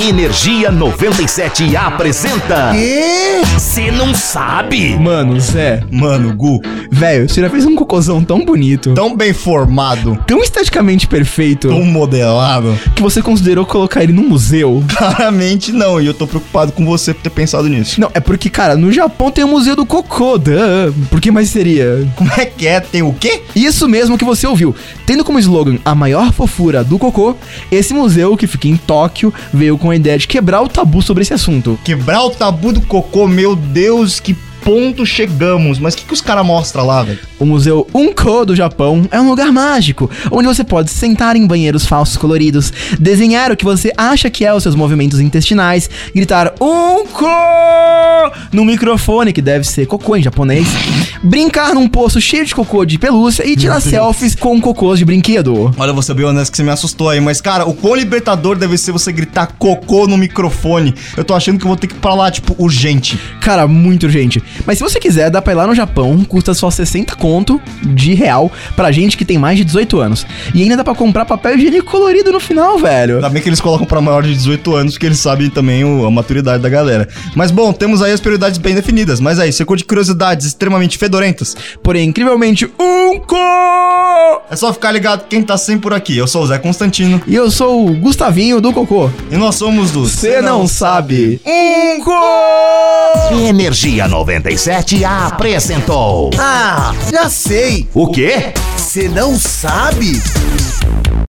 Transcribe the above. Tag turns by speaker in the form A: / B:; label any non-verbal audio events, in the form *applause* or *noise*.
A: Energia 97 apresenta.
B: Quê?
A: Você não sabe?
C: Mano, Zé,
B: Mano, Gu,
C: velho, você já fez um cocôzão tão bonito,
B: tão bem formado,
C: tão esteticamente perfeito,
B: tão modelado. *laughs*
C: que você considerou colocar ele num museu.
B: Claramente não, e eu tô preocupado com você por ter pensado nisso.
C: Não, é porque, cara, no Japão tem o Museu do Cocô, duh. Por que mais seria?
B: Como é que é? Tem o quê?
C: Isso mesmo que você ouviu. Tendo como slogan a maior fofura do cocô, esse museu, que fica em Tóquio, veio com a ideia de quebrar o tabu sobre esse assunto.
B: Quebrar o tabu do cocô, meu Deus, que ponto chegamos. Mas o que, que os caras mostram lá, velho?
C: O Museu Unko do Japão é um lugar mágico, onde você pode sentar em banheiros falsos coloridos, desenhar o que você acha que é os seus movimentos intestinais, gritar Unko no microfone, que deve ser cocô em japonês, brincar num poço cheio de cocô de pelúcia e tirar selfies com cocôs de brinquedo.
B: Olha, você bem honesto que você me assustou aí, mas cara, o quão libertador deve ser você gritar cocô no microfone. Eu tô achando que eu vou ter que ir pra lá, tipo, urgente.
C: Cara, muito urgente. Mas se você quiser, dá pra ir lá no Japão, custa só 60 conto de real pra gente que tem mais de 18 anos. E ainda dá pra comprar papel higiênico colorido no final, velho.
B: Ainda bem que eles colocam pra maior de 18 anos, porque eles sabem também o- a maturidade da galera. Mas bom, temos aí as prioridades bem definidas. Mas aí, você curte curiosidades extremamente fedorentas?
C: Porém, incrivelmente, um co...
B: É só ficar ligado quem tá sempre por aqui. Eu sou o Zé Constantino
C: E eu sou o Gustavinho do Cocô.
B: e nós somos do
C: Você não sabe. Um co...
A: Energia 97 apresentou.
D: Ah, já sei.
A: O quê?
D: Você não sabe?